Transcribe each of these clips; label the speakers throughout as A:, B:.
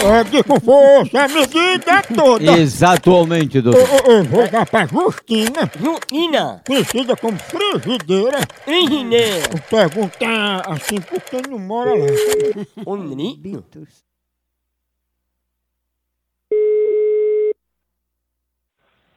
A: pegue com É força a medida é toda.
B: Exatamente,
A: Eu,
B: doutor.
A: eu- eu vou dar pra Justina,
C: Juína,
A: conhecida como frigideira,
C: Frigineira,
A: perguntar assim por que não mora lá.
C: Onrito.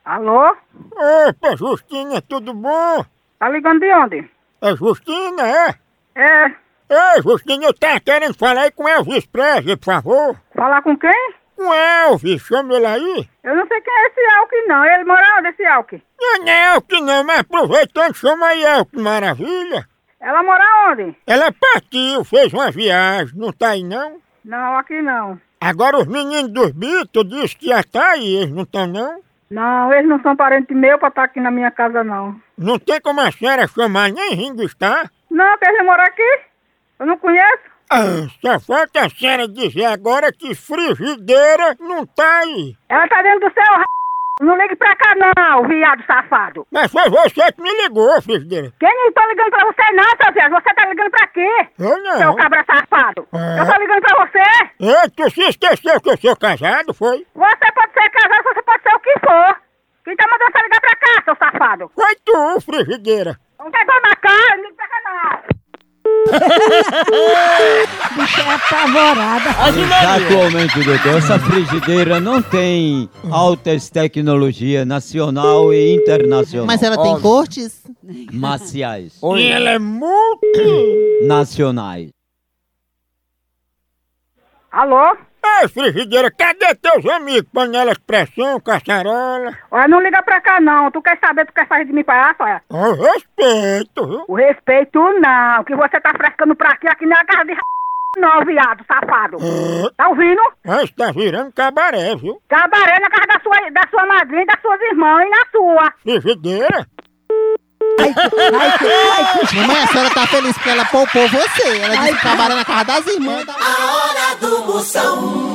D: Alô?
A: Opa, Justina, tudo bom?
D: Tá ligando de onde?
A: É Justina, é?
D: É,
A: Ei, Justina, eu tava querendo falar aí com Elvis Presley, por favor.
D: falar com quem?
A: Com Elvis, chama ele aí.
D: Eu não sei quem é esse Alck, não. Ele mora onde, esse Alck?
A: Não, não, é Elton não, mas aproveitando, chama aí Elton, maravilha.
D: Ela mora onde?
A: Ela partiu, fez uma viagem, não tá aí não?
D: Não, aqui não.
A: Agora os meninos dos Beatles dizem que já tá aí, eles não estão não?
D: Não, eles não são parentes meus pra estar aqui na minha casa, não.
A: Não tem como a senhora chamar nem Ringo Starr.
D: Não, quer eles moram aqui? Eu não conheço.
A: Ah, só falta a senhora dizer agora que frigideira não tá aí.
D: Ela tá dentro do céu, r... Não ligue pra cá, não, viado safado.
A: Mas foi você que me ligou, frigideira.
D: Quem não tá ligando pra você, não, seu viado? Você tá ligando pra quê?
A: Eu
D: Seu
A: não.
D: cabra safado.
A: É.
D: Eu tô ligando pra você.
A: Ei, tu se esqueceu que eu sou casado, foi?
D: Você pode ser casado, você pode ser o que for. Quem tá mandando você ligar pra cá, seu safado?
A: Foi tu, frigideira.
D: Não quer tomar cara, não pega nada.
B: Exatamente, doutor. Essa frigideira não tem altas tecnologias nacional e internacional.
E: Mas ela tem cortes?
B: Marciais.
A: E ela é multi.
B: Nacionais.
D: Alô?
A: Ei, frigideira, cadê teus amigos? Panela de pressão, caçarola.
D: Olha, não liga pra cá não. Tu quer saber, tu quer sair de mim pra lá, olha.
A: Eu respeito, viu?
D: O respeito não, que você tá frescando pra aqui, aqui não é casa de r... não, viado, safado. Tá ouvindo?
A: Mas tá virando cabaré, viu?
D: Cabaré na casa da sua, da sua madrinha, das suas irmãs e na sua.
A: Frigideira.
E: Mamãe, a senhora tá tá feliz porque ela poupou você. Ela disse que trabalha na casa das irmãs.
F: A hora do Moção.